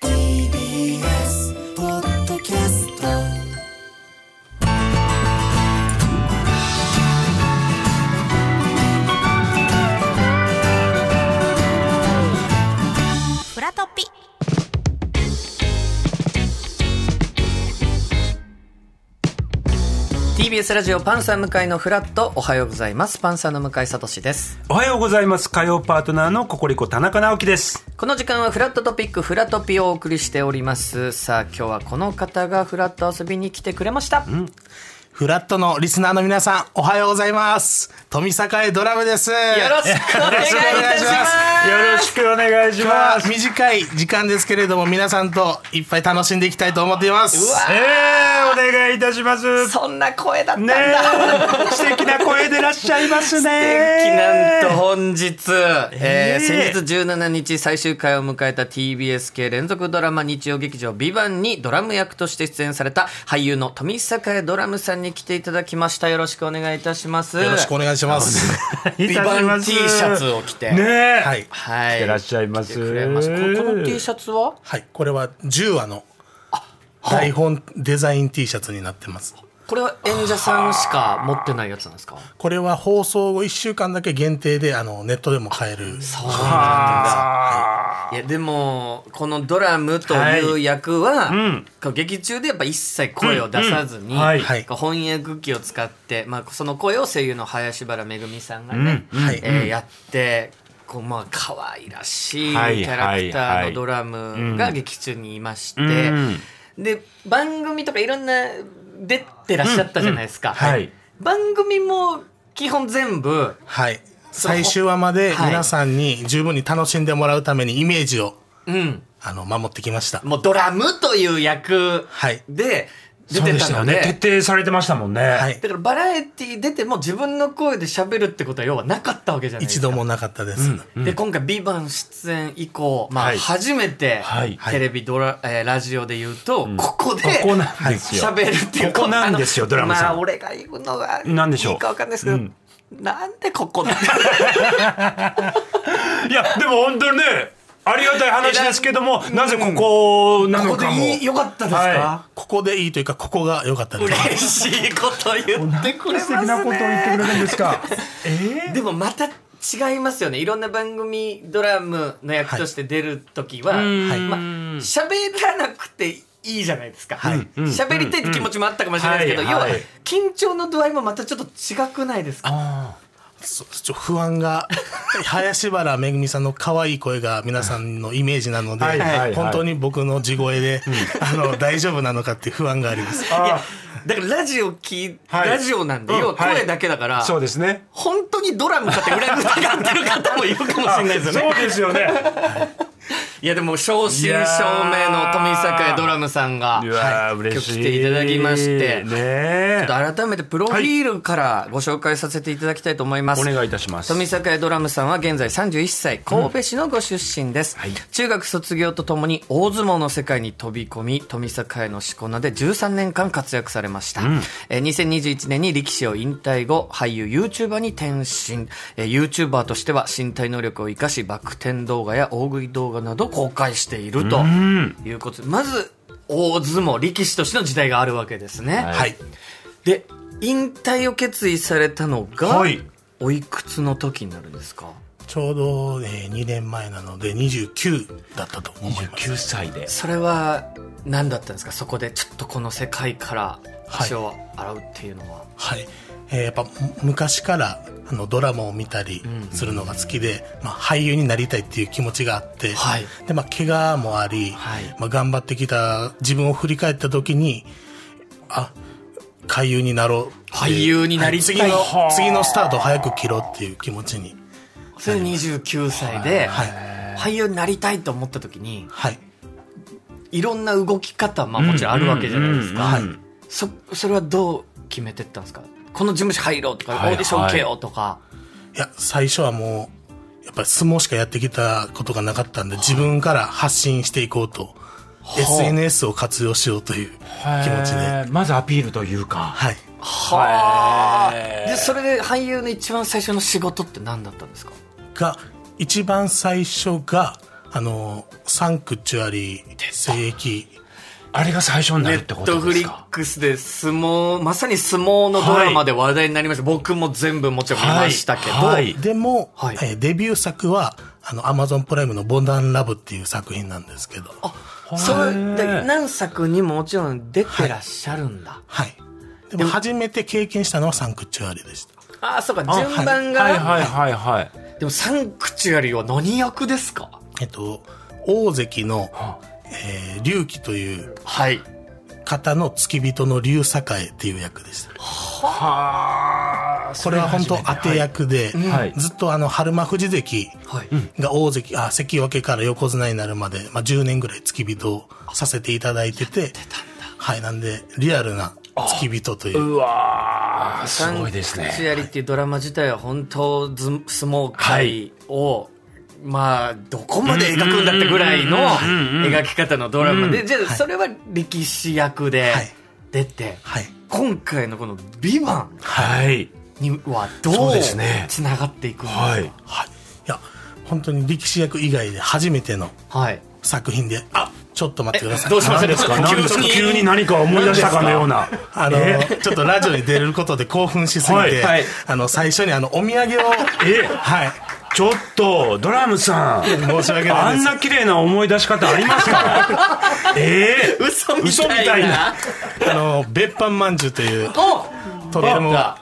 TBS ポッドキャストフラトピーラジオパンサー向井のフラットおはようございますパンサーの向井聡ですおはようございます。火曜パートナーのココリコ田中直樹です。この時間はフラットトピックフラトピーをお送りしておりますさあ今日はこの方がフラット遊びに来てくれましたフラットのリスナーの皆さん、おはようございます。富栄ドラムです。よよろしくお願いいたしますよろしくお願いし今ま日はす。短い時間ですけれども、皆さんといっぱい楽しんでいきたいと思っています。えー、お願いいたします。そんな声だったんねだ、え、素敵な声でらっしゃいますね。天気なんと本日、えーえー先日17日最終回を迎えた TBS 系連続ドラマ日曜劇場「ビバンにドラム役として出演された俳優の富栄ドラムさんに来ていただきましたよろしくお願いいたしますよろしくお願いします。いビたバしンます T シャツを着て、ねえ、はい。はいいらっしゃいます来てくれますここの T シャツははい。これは10話の台本デザイン T シャツになってます。これは演者さんしか持ってないやつなんですかこれは放送後1週間だけ限定で、あの、ネットでも買える。そうなんだいやでもこのドラムという役は、こう劇中でやっぱ一切声を出さずに、うんはいはいこう翻訳機を使って、まあ、その声を声優の林原めぐみさんがね、うんはいえーやって。こうまあ可愛らしいキはいャラクタはいーはのいドラムが劇中にいまして、うんで番組とかいろんな出てらっしゃったじゃないですか、うんうんはい番組も基本全部はい。最終話まで皆さんに十分に楽しんでもらうためにイメージを、うんあの、守ってきました。もうドラムという役はいで出そうてでたしたよので,、ね。徹底されてましたもんね。はだいからバラエティー出ても自分の声で喋るってことは要はなかったわけじゃないです一か。度もなかったです。で今回「ビバン出演以降、まはあ、い初めてはいテレビドラ、えーラジオで言うと、ここでここなんですよ。喋るっていうここなんですよあのドラムさんまあ俺が言うのがなんでしょういいかわかんないですけど、うんなんでここだいや、でも本当にね、ありがたい話ですけども、なぜここなこのこかも。でいいよかったですか、はここでいいというか、ここが良かったです。嬉しいこと言ってくれますねれるんですか。 でもまた違いますよねいろんな番組ドラムの役として出る時は、いまあ喋らなくていいじゃないですか、喋りたいって気持ちもあったかもしれないですけど、うんうんはい要は緊張の度合いもまたちょっと違くないですかそちょ不安が、 林原めぐみさんの可愛い声が皆さんのイメージなので、はいはいはい本当に僕の地声で、あの、大丈夫なのかっていう不安があります。いやだからラジオ聞い、はいラジオなんで、うん要はは声いだけだから、そうですね。本当にドラムかって裏疑ってる方もいるかもしれないですよね そうです よね。いやでも正真正銘の富坂ドラムさんがうわー、嬉今日しい。来ていただきましねて、ちょっえ。と改めてプロフィールからご紹介させていただきたいと思います。お願いいたします富坂ドラムさんは現在31歳、神戸市のご出身です。中学卒業とともに大相撲の世界に飛び込み、富坂のしこ名で13年間活躍されました。えー2021年に力士を引退後、俳優 YouTuber に転身。えー YouTuber としては身体能力を生かし、バク転動画や大食い動画などを公開しているということで、まず、大相撲力士としての時代があるわけですね。はい。で引退を決意されたのが、はいおいくつの時になるんですかちょうど、え2年前なので、29だったと思います。歳で。それは何だったんですかそこでちょっとこの世界から足を洗うっていうのは、はい。えーやっぱむ昔からあのドラマを見たりするのが好きで、まあ、俳優になりたいっていう気持ちがあって、はいでまあ、怪我もあり、はいまあ、頑張ってきた自分を振り返った時にあ俳優になろう俳優になりたい次の次のスタートを早く切ろうっていう気持ちにそれで29歳で、はい俳優になりたいと思った時にはいいろんな動き方、まあ、もちろんあるわけじゃないですか、うんうんうんはいそそれはどう決めてったんですかこの事務所入ろうとか、はいはいオーディション受けようとかいや、最初はもう、やっぱり相撲しかやってきたことがなかったんで、自分から発信していこうと、SNS を活用しようという気持ちで。へーまずアピールというか。はい。はあへでそれで俳優の一番最初の仕事って何だったんですかが、一番最初が、あの、サンクチュアリー、聖域。あれが最初になネるっッてこトとフでリすッか。クスで相撲まさに相撲のドラマで話題になりました、僕も全部もちろん見ましたけど、はいはいでも、はいえーデビュー作は、あの、アマゾンプライムのボンダンラブっていう作品なんですけど、そはれいで何作にももちろん出てらっしゃるんだ、はい。でも、初めて経験したのはサンクチュアリーでした。ああそうか順番が、はいはいはいはい。でもサンクチュアリーは何役ですかえっと、大関の、えー、龍騎というはい方の付き人の龍栄っていう役でした。はあ。これは本当当てや役で、はいずっとあの、春間富士関はい、が大関、あ、関脇から横綱になるまで、まあ、10年ぐらい付き人をさせていただいてて、はい、なんで、リアルな付き人という。うわーすサンごいクですチね。ュアリっていうドラマ自体は本当ず相撲界を、まあどこまで描くんだってぐらいの描き方のドラマで、じゃあそれは歴史役ではい出て、はい。今回のこの「ビバンはい。にはどそううですねつながっていくんですかはい。はい。いや、本当に力士役以外で初めてのはい作品で、あ、ちょっと待ってください。どうしました何ですか何ですか急に急に何か思い出したかのような。あの、ちょっとラジオに出ることで興奮しすぎて、はいはいあの、最初にあの、お土産を、えはい。ちょっと、ドラムさん。申し訳なあいでんす。な綺麗な思い出し方ありますかええ嘘みたいなあの、別班まんじゅうという、おとてもあ、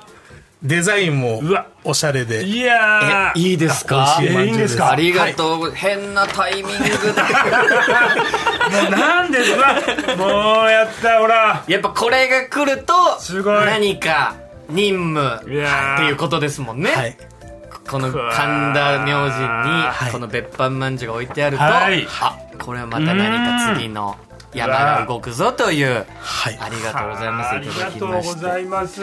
デザインもうわ、おしゃれで、いやーいいですかあ美味しいえいいんですあかりがとう、変なタイミングでもうなんですかもうやったほらやっぱこれが来るとすごい何か任務っていやーいうことですもんね、はい。この神田明神にこの別班まんじゅうが置いてあると、はいあこれはまた何か次の山が動くぞというはい。ありがとうございますあいりたがだきとうまごしざています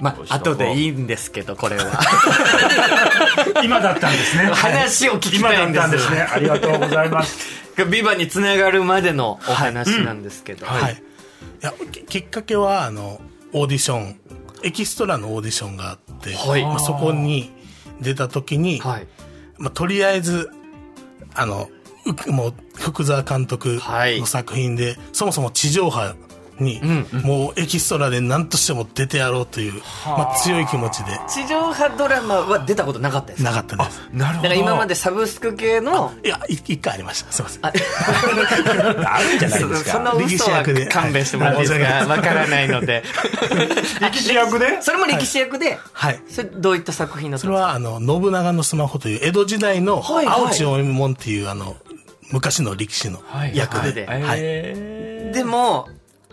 まあ後でいいんですけどこれは今だったんですね話を聞き今たいだんっでたんですすねありがとうございますビバにつながるまでのお話なんですけど、はい。いや、ききっかけは、あの、オーディション、エキストラのオーディションがあって、はいまあ、そこに出た時に、はいまあ、とりあえず、あの、うもう、福沢監督はいの作品で、そもそも地上波に、もうエキストラで何としても出てやろうという、まあ、強い気持ちで、地上波ドラマは出たことなかったですなだかかったです。なるほどら今までサブスク系のいや、い一回ありました。すいません。ああるんじゃないそですそかの嘘は歴史役で勘弁してもらっていいですはかいわからないので歴史役でそれも歴史役で、はい。それどういった作品だっそたんれですかは、あの、信長のスマホという、江戸時代の、はいはい青地お右衛門っていう、あの、昔の力士の役で、はいはいえでも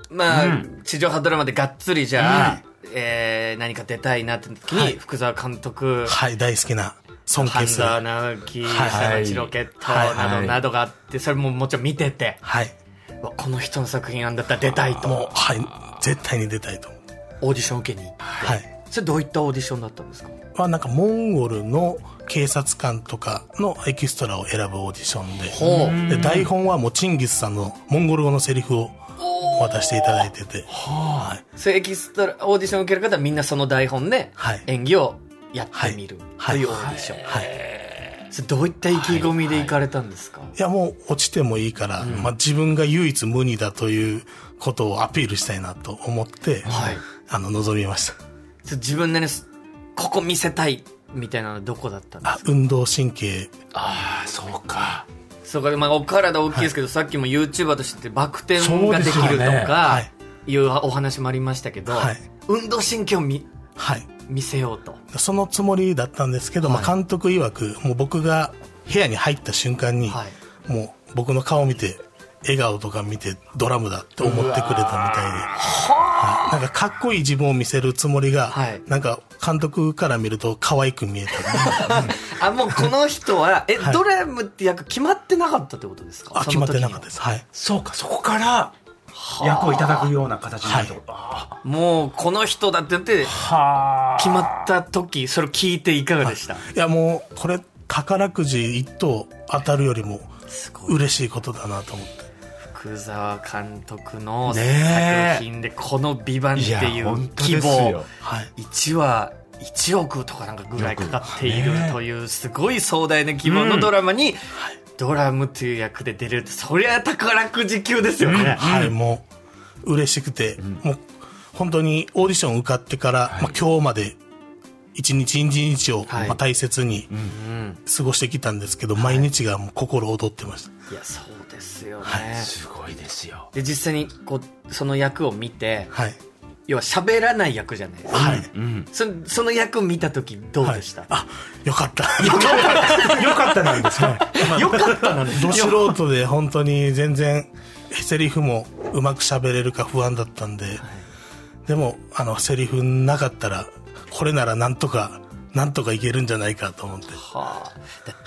まあ、地上波ドラマでがっつりじゃあ、えー何か出たいなって時に、福沢監督はい、大好きな、尊敬半する。沢直樹はい下町ロケットはいなどなどがあってそれももちろん見ててはい。うわこの人の作品なんだったら出たいともう、はい、絶対に出たいと思う。オーディション受けに行ってはい。それどういったオーディションだったんですかは、なんか、モンゴルの警察官とかのエキストラを選ぶオーディショほうンで、で台本はもう、チンギスさんのモンゴル語のセリフを渡していただいてて、はい。それエキストラオーディション受ける方はみんなその台本ではい演技をやってみるとはいいうオーディション、はい。それどういった意気込みで行かれたんですか、いや、もう落ちてもいいから、まあ、自分が唯一無二だということをアピールしたいなと思って、はいあの、望みました。それ自分なりにすここ見せたいみたいなのはどこだったんですかあ、運動神経。ああそうかそうか、まあ、お体大きいですけど、さっきも YouTuber としてバク転ができそうるですとよねかはいうお話もありましたけど、はい運動神経を見はい。見せようとそのつもりだったんですけど、まはあ、い監督曰く、もう僕が部屋に入った瞬間に、はもう僕の顔見て、笑顔とか見て、ドラムだって思ってくれたみたいで、なんかかっこいい自分を見せるつもりが、はいなんか監督から見ると可愛く 見えたり。あ、もうこの人は、え、ドラムって役決まってなかったってことですか。あ、決まってなかったですす。はい。そうか、そこから役をいただくような形になるってこと。あもうこの人だって言って、ーはあ。決まった時、それを聞いていかがでしたいや、もう、これ、宝くじ一等当たるよりもすごい嬉しいことだなと思って。福沢監督の作ねえ品で、この美版っていいやう本当です規よ模、はい。 1話1億とかなんかぐらいかかっているという、すごい壮大な規模のドラマに、ドラムという役で出れるって、そりゃ宝くじ級ですよね。はい、もう、嬉しくて、もう、本当にオーディション受かってから、まあ、今日まで、一日一日を、はいまあ、大切に過ごしてきたんですけど、毎日がもう心躍ってました。いや、そうですよね。すごいですよ。で、実際に、こう、その役を見て、はい。要は喋らない役じゃないですか。はい。そその役を見た時どうでした、あ、 よかった。よかったなんで すね。よかったなんですど素人で本当に全然、セリフもうまく喋れるか不安だったんで、でも、あの、セリフなかったら、これならなんとか、なんとかいけるんじゃないかと思って。はあ、だって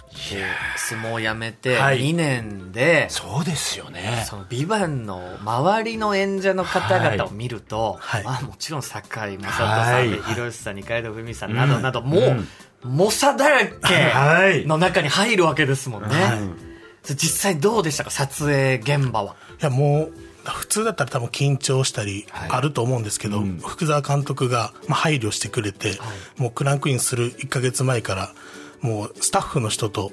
相撲をやめてはい2年で、そうですよね。その「ビバンの周りの演者の方々を見ると、はいまあ、もちろん酒井雅人さん、はい広瀬さん二階堂ふみさんなどなど、もう、猛者だらはけいの中に入るわけですもんね、それ実際どうでしたか撮影現場はいやもう普通だったら多分緊張したりあると思うんですけど、福澤監督がまあ配慮してくれて、もうクランクインする1ヶ月前からもうスタッフの人と、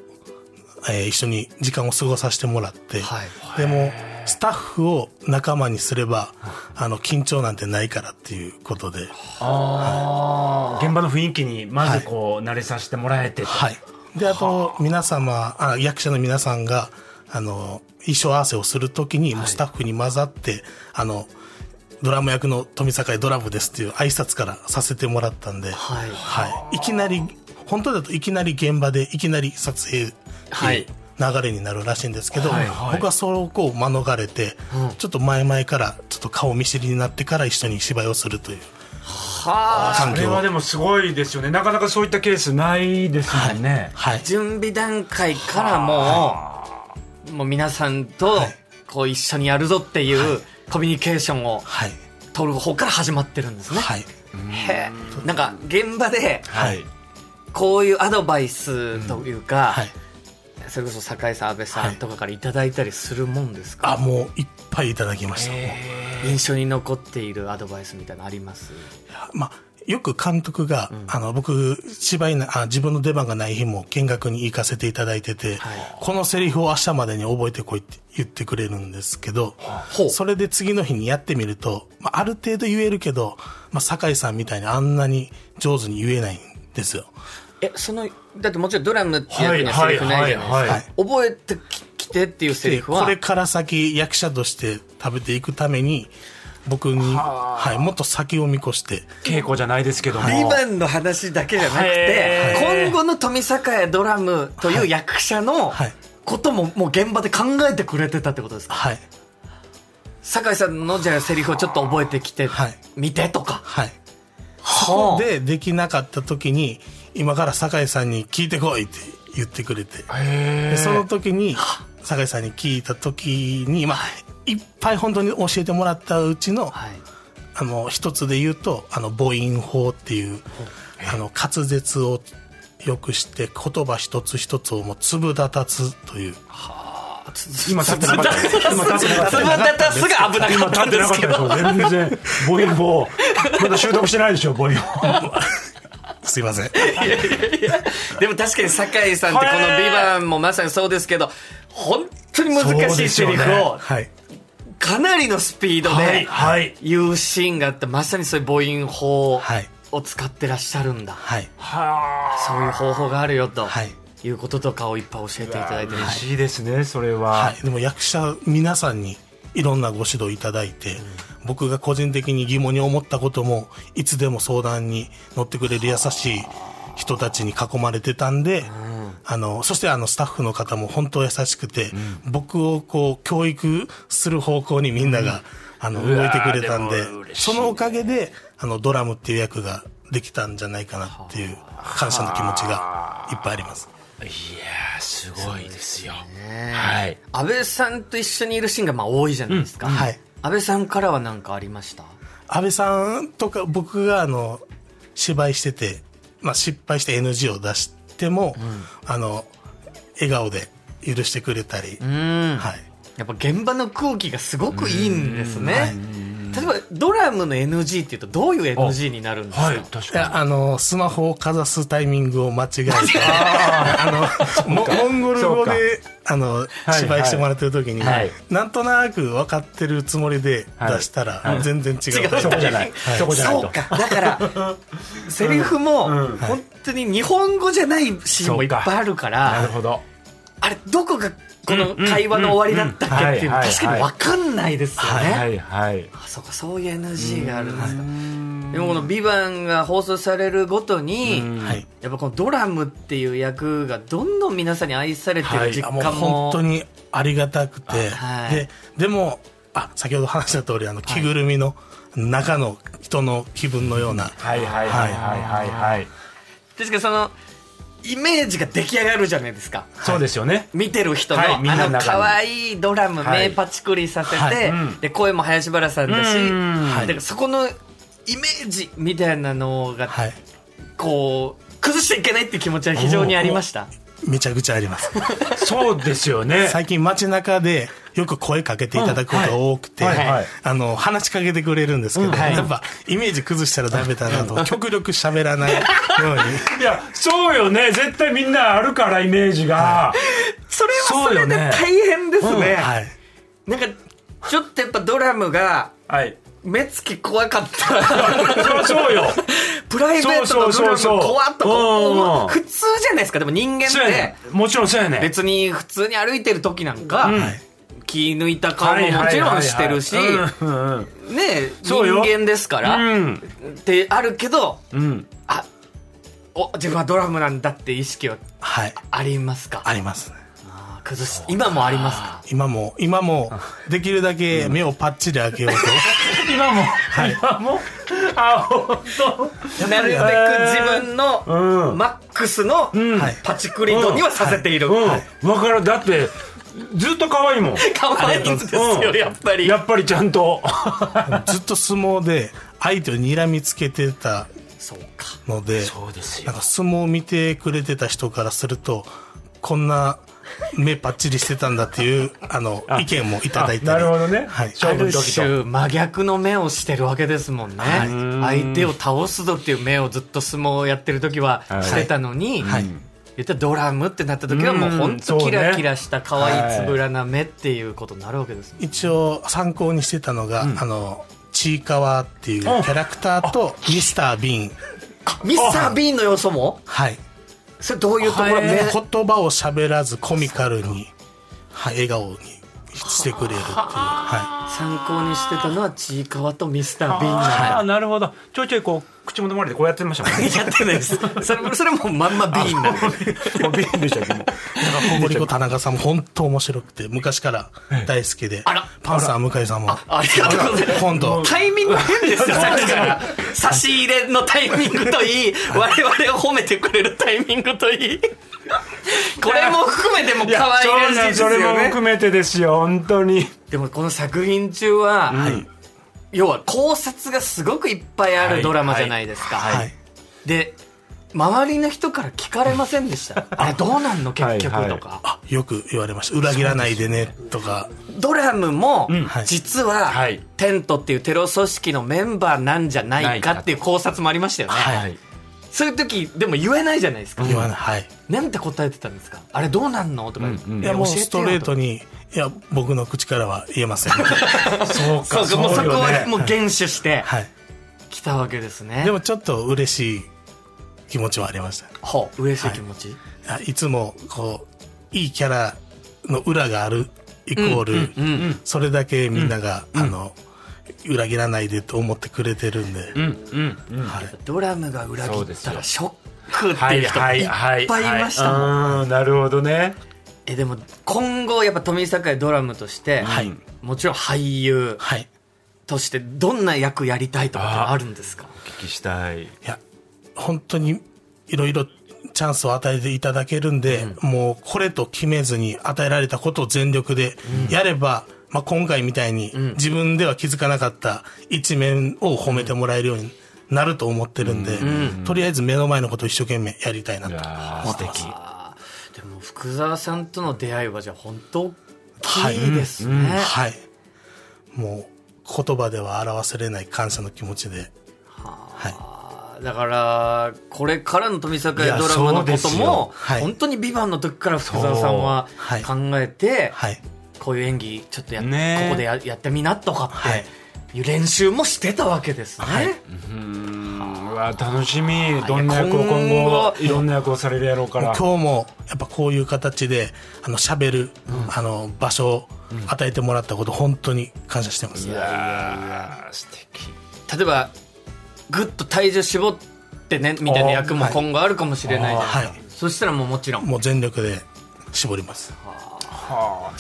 えー一緒に時間を過ごさせてもらって、はいでもスタッフを仲間にすればあの緊張なんてないからっていうことで、現場の雰囲気にまずこう慣れさせてもらえてと。はい。で、あと、皆様、あ役者の皆さんが、あの、衣装合わせをするときに、もうスタッフに混ざって、あの、ドラム役の富坂ドラムですっていう挨拶からさせてもらったんで、はいい。いきなり、本当だといきなり現場で、いきなり撮影っていう流れになるらしいんですけど、僕はそれをこう免れて、ちょっと前々から、ちょっと顔見知りになってから一緒に芝居をするというはあ環それ境をはでもすごいですよね。なかなかそういったケースないですもんね。はい。準備段階からもうもう皆さんとこう一緒にやるぞっていうコミュニケーションをはい。取る方から始まってるんですね、はい。へえなんか現場ではい。こういうアドバイスというか、はい。それこそ酒井さん安倍さんとかからいただいたりするもんですか、あ、もういっぱいいただきました。印象に残っているアドバイスみたいなのありますまあ、よく監督が、あの、僕、芝居なあ、自分の出番がない日も見学に行かせていただいてて、はいこのセリフを明日までに覚えてこいって言ってくれるんですけど、ほうそれで次の日にやってみると、まあ、ある程度言えるけど、まあ、酒井さんみたいにあんなに上手に言えないんですよ。えそのだってもちろんドラムって役にはセリフないじゃないですか、はいはい覚えてきてっていうセリで、フはこれから先役者として食べていくために、僕に、はい、もっと先を見越して、稽古じゃないですけども。ビバンの話だけじゃなくて、へー今後の富栄ドラムという役者のはいことももう現場で考えてくれてたってことですかはい、酒井さんのじゃあセリフをちょっと覚えてきて、はい見てとか。はい。はでできなかった時に今から酒井さんに聞いてこいって言ってくれてでその時に酒井さんに聞いた時に、まあ、いっぱい本当に教えてもらったうちの,、はい。あの一つで言うとあの母音法っていうあの滑舌をよくして言葉一つ一つをもう粒立たつという今立ってなかった。今立ってなかった粒。立たすが危なかったんですけど。全然、ボインボー。まだ習得してないでしょ、ボインボー。すいませんでも確かに酒井さんってこのはいビバンもまさにそうですけど、本当に難しいセリフを はいかなりのスピードではい。言うシーンがあって、まさにそういう母音法はいを使ってらっしゃるんだ。はいはそういう方法があるよと、はいい、うこととかをいっぱい教えていただいて嬉ます。しいですね、それは、。はいでも役者皆さんにいろんなご指導いただいて、僕が個人的に疑問に思ったこともいつでも相談に乗ってくれる優しい人たちに囲まれてたんで、あのそしてあのスタッフの方も本当優しくて、僕をこう教育する方向にみんなが、あの、動いてくれたんででも嬉しいねそのおかげで、あの、ドラムっていう役ができたんじゃないかなっていう、感謝の気持ちがいっぱいあります。やーすごいですよ。はい。安倍さんと一緒にいるシーンがまあ多いじゃないですか、はい。安倍さんからは何かありました安倍さんとか僕があの芝居してて、まあ、失敗して NG を出しても、あの笑顔で許してくれたり、うんはい、やっぱ現場の空気がすごくいいんですね例えばドラムの NG っていうとどういう NG になるんですか、はい、確いかに。やあのスマホをかざすタイミングを間違えてあのモモンゴル語であのい芝居してもらってる時に、はいなんとなく分かってるつもりで出したら、全然違うタイ違ミンうグじゃない。そこじゃないそうと。かだからセリフも本当に日本語じゃないシーンもいっぱいあるからなるほど。あれどこがこの会話の終わりだったっけっていうのうんうんうん確かに分かんないですよね、はいはい。あそうかそういう NG があるんですかでもこの「ビバンが放送されるごとにはいやっぱこのドラムっていう役がどんどん皆さんに愛されてはるい実あ感もも,、う本当にありがたくて、はいででもあ先ほど話した通りあの着ぐるみの中の人の気分のような、はいはいはいはいはいはい。確かにそのイメージが出来上がるじゃないですかそうですよね。見てる人の、はいみんなあのの中に可愛いドラム、はい目パチクリさせて、はいで声も林原さんだし、うんだからそこのイメージみたいなのが、はい、こう崩しちゃいけないって気持ちは非常にありましためちゃくちゃありますそうですよね。最近街中でよく声かけていただくことが多くて、うんはいはいはいあの話しかけてくれるんですけど、やっぱイメージ崩したらダメだなと極力喋らないよういや、そうよね。絶対みんなあるから、イメージが。それはそそうれよでね大変ですねに、はい、なんかちょっとやっぱドラムがはい。目つき怖か ったそりゃそうよ。 プライベートのドラムそうそうそうそう怖っとこううんう思んう普通じゃないですかでも人間そうやってね。もちろんそうやね。別に普通に歩いてる時なんか、気抜いた顔ももちろんしてるし、はいはいねはいはいうんうんうん人そうよ間ですから、うんってあるけど、んあお自分はドラムなんだって意識ははい、ありますかありますねあ崩し今もありますか今も今もできるだけ目をパッチリ開けようと、今も、今も、あ、ほんと。なるべく自分のうんマックスのはいパチクリ度にはさせている、うん。わかる。だって、ずっと可愛いもん。可愛いんですよ、うんやっぱりやっぱりちゃんと。ずっと相撲で相手を睨みつけてたそうかのでそうですなよん。か相撲を見てくれてた人からするとこんな目パッチリしてたんだっていうあの意見もいただいたなりるほどね。はいあ勝負るの時と。種真逆の目をしてるわけですもんね、相手を倒すぞっていう目をずっと相撲をやってる時はしてたのに、言ったらドラムってなった時はもうほんとキラキラした可愛いつぶらな目っていうことになるわけですもんね一応参考にしてたのが、あのちいかわっていうキャラクターとミスター・ビーンミスター・ビーンの要素もはいそれどういうとこころれ目もう言葉を喋らずコミカルに、はい、笑顔にしてくれるっていう、は参考にしてたのはちいかわとミスター・ビーンあなあ、なるほど。ちょいちょいこう、口元までこうやってましたもんね。やって ないですそれそれもまんまビーンなんでもうビールでしたけども。い、だからココリコ田中さんも本当面白くて昔から大好きで、らパンサー向井さんもありがとうございます今度タイミング変です よ、さっきから。差し入れのタイミングといい、我々を褒めてくれるタイミングといい。これも含めても可愛らしいですそうなんそれもよ含ね。めてですよ、本当に。でもこの作品中は、要は考察がすごくいっぱいあるドラマじゃないですか。はいで、周りの人から聞かれませんで した。あれどうなんの結局とか。はいあよく言われました裏切らないでねとかドラムもはい実ははいテントっていうテロ組織のメンバーなんじゃないかっていう考察もありましたよね、はい。そういう時でも言えないじゃないですか、言わない、はいなんて答えてたんですかあれどうなんのとか、いやもうストレートににいや僕の口からは言 えませんそうそうかもうそこはもう厳守してはい来たわけですね、でもちょっと嬉しい気持ちはありましたほう嬉しい気持ち、あいつもこういいキャラの裏があるイコール、それだけみんなが、あの裏切らないでと思ってくれてるんで、ドラムが裏切そうっですたらよショックっていう人もいっぱいいましたもんうん、なるほどね。えでも今後やっぱ富井栄ドラムとして、もちろん俳優はいとしてどんな役やりたいとかってあるんですか聞きしたい。いや、本当にいろいろチャンスを与えていただけるんで、もうこれと決めずに与えられたことを全力でやれば、まあ、今回みたいに自分では気づかなかった一面を褒めてもらえるようになると思ってるんで、とりあえず目の前のことを一生懸命やりたいなと。あー素敵。あーでも福澤さんとの出会いはじゃあ本当大きいですね、はい。もう言葉では表せれない感謝の気持ちで。あーだからこれからの富坂屋ドラマのこといやそうも、ですよはい本当に「ビバンの時から福澤さんはそうはい考えて、はい。こういう演技ちょっとやっ、ねえここでややってみなとかはいっていう練習もしてたわけですね、うわ楽しみどんな役をいや今今後後いろんな役をされるやろうから今日もやっぱこういう形であの喋る、あの場所を与えてもらったこと本当に感謝してます、あー素敵例えばぐっと体重絞ってねみたいな役も今後あるかもしれないじゃないですか、はいそしたらもうもちろんもう全力で絞ります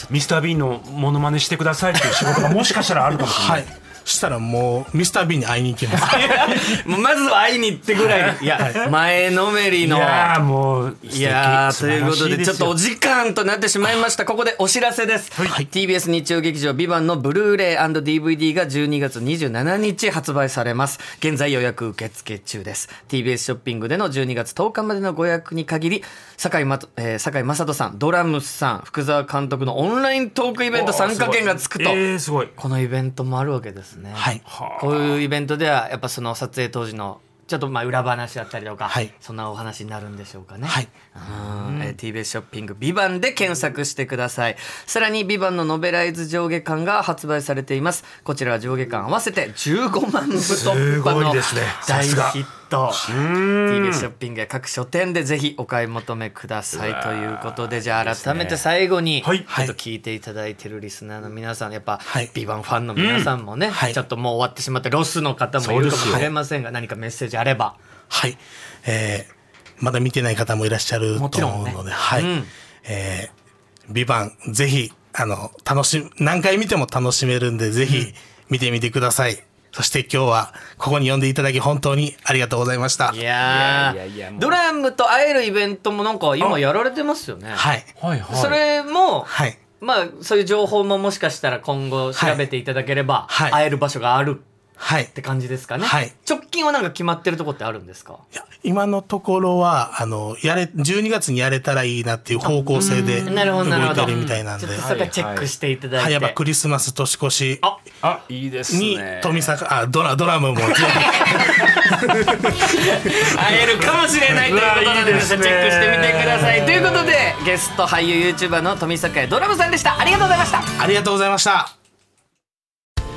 ミスター B のモノマネしてくださいっていう仕事がもしかしたらあるかもしれなはいいしたらもうミスター b に会いに行きますもうまずは会いに行ってぐらいいや前のめりいのやーもう素敵いやー素と晴いうらこしとで、すちよょっとお時間となってしまいました。ここでお知らせです。TBS 日曜劇場、ビバンのブルーレイ &DVD が12月27日発売されます。現在予約受付中です。TBS ショッピングでの12月10日までのご予約に限り、坂井,、まえー、坂井雅人さん、ドラムスさん、福澤監督のオンライントークイベント参加券がつくと。えー、すごいこのイベントもあるわけですね。はいこういうイベントではやっぱその撮影当時のちょっとまあ裏話だったりとか、はいそんなお話になるんでしょうかね。はいうんえー TBS ショッピング「ビバンで検索してくださいさらに「ビバンのノベライズ上下巻が発売されていますこちらは上下巻合わせて15万部突破のすごいですねさ大ヒすがット TBS ショッピングや各書店でぜひお買い求めくださいということでじゃあ改めて最後にちょはいっと聞いていただいてるリスナーの皆さんやっぱはい「ビバンファンの皆さんもね、はいちょっともう終わってしまってロスの方もいるかもしれませんが何かメッセージあればはいえーまだ見てない方もいらっしゃるもちとろん思うねので、はい、えー、ビバンぜひあの楽しむ何回見ても楽しめるんでぜひ見てみてください、そして今日はここに呼んでいただき本当にありがとうございましたいやいやいやいやもーうドラムと会えるイベントもなんか今やられてますよね。はいはいはい。それも、はいまあそういう情報ももしかしたら今後調べていただければ、はい会える場所があるはいって感じですかね。はい直近はなんか決まってるとこってあるんですかいや今のところはあのやれ12月にやれたらいいなっていう方向性で動なるほどなるほいど。てるみたいなんで、ちょっとはそこはチェックしていただいて。い、やっぱクリスマス年越しああ、いいですにね。富坂あドラドラムもぜひ会えるかもしれないということなのでうわいいでチすェッねクしてみてください。ということでゲスト俳優 YouTuber の富坂屋ドラムさんでした。ありがとうございました。ありがとうございました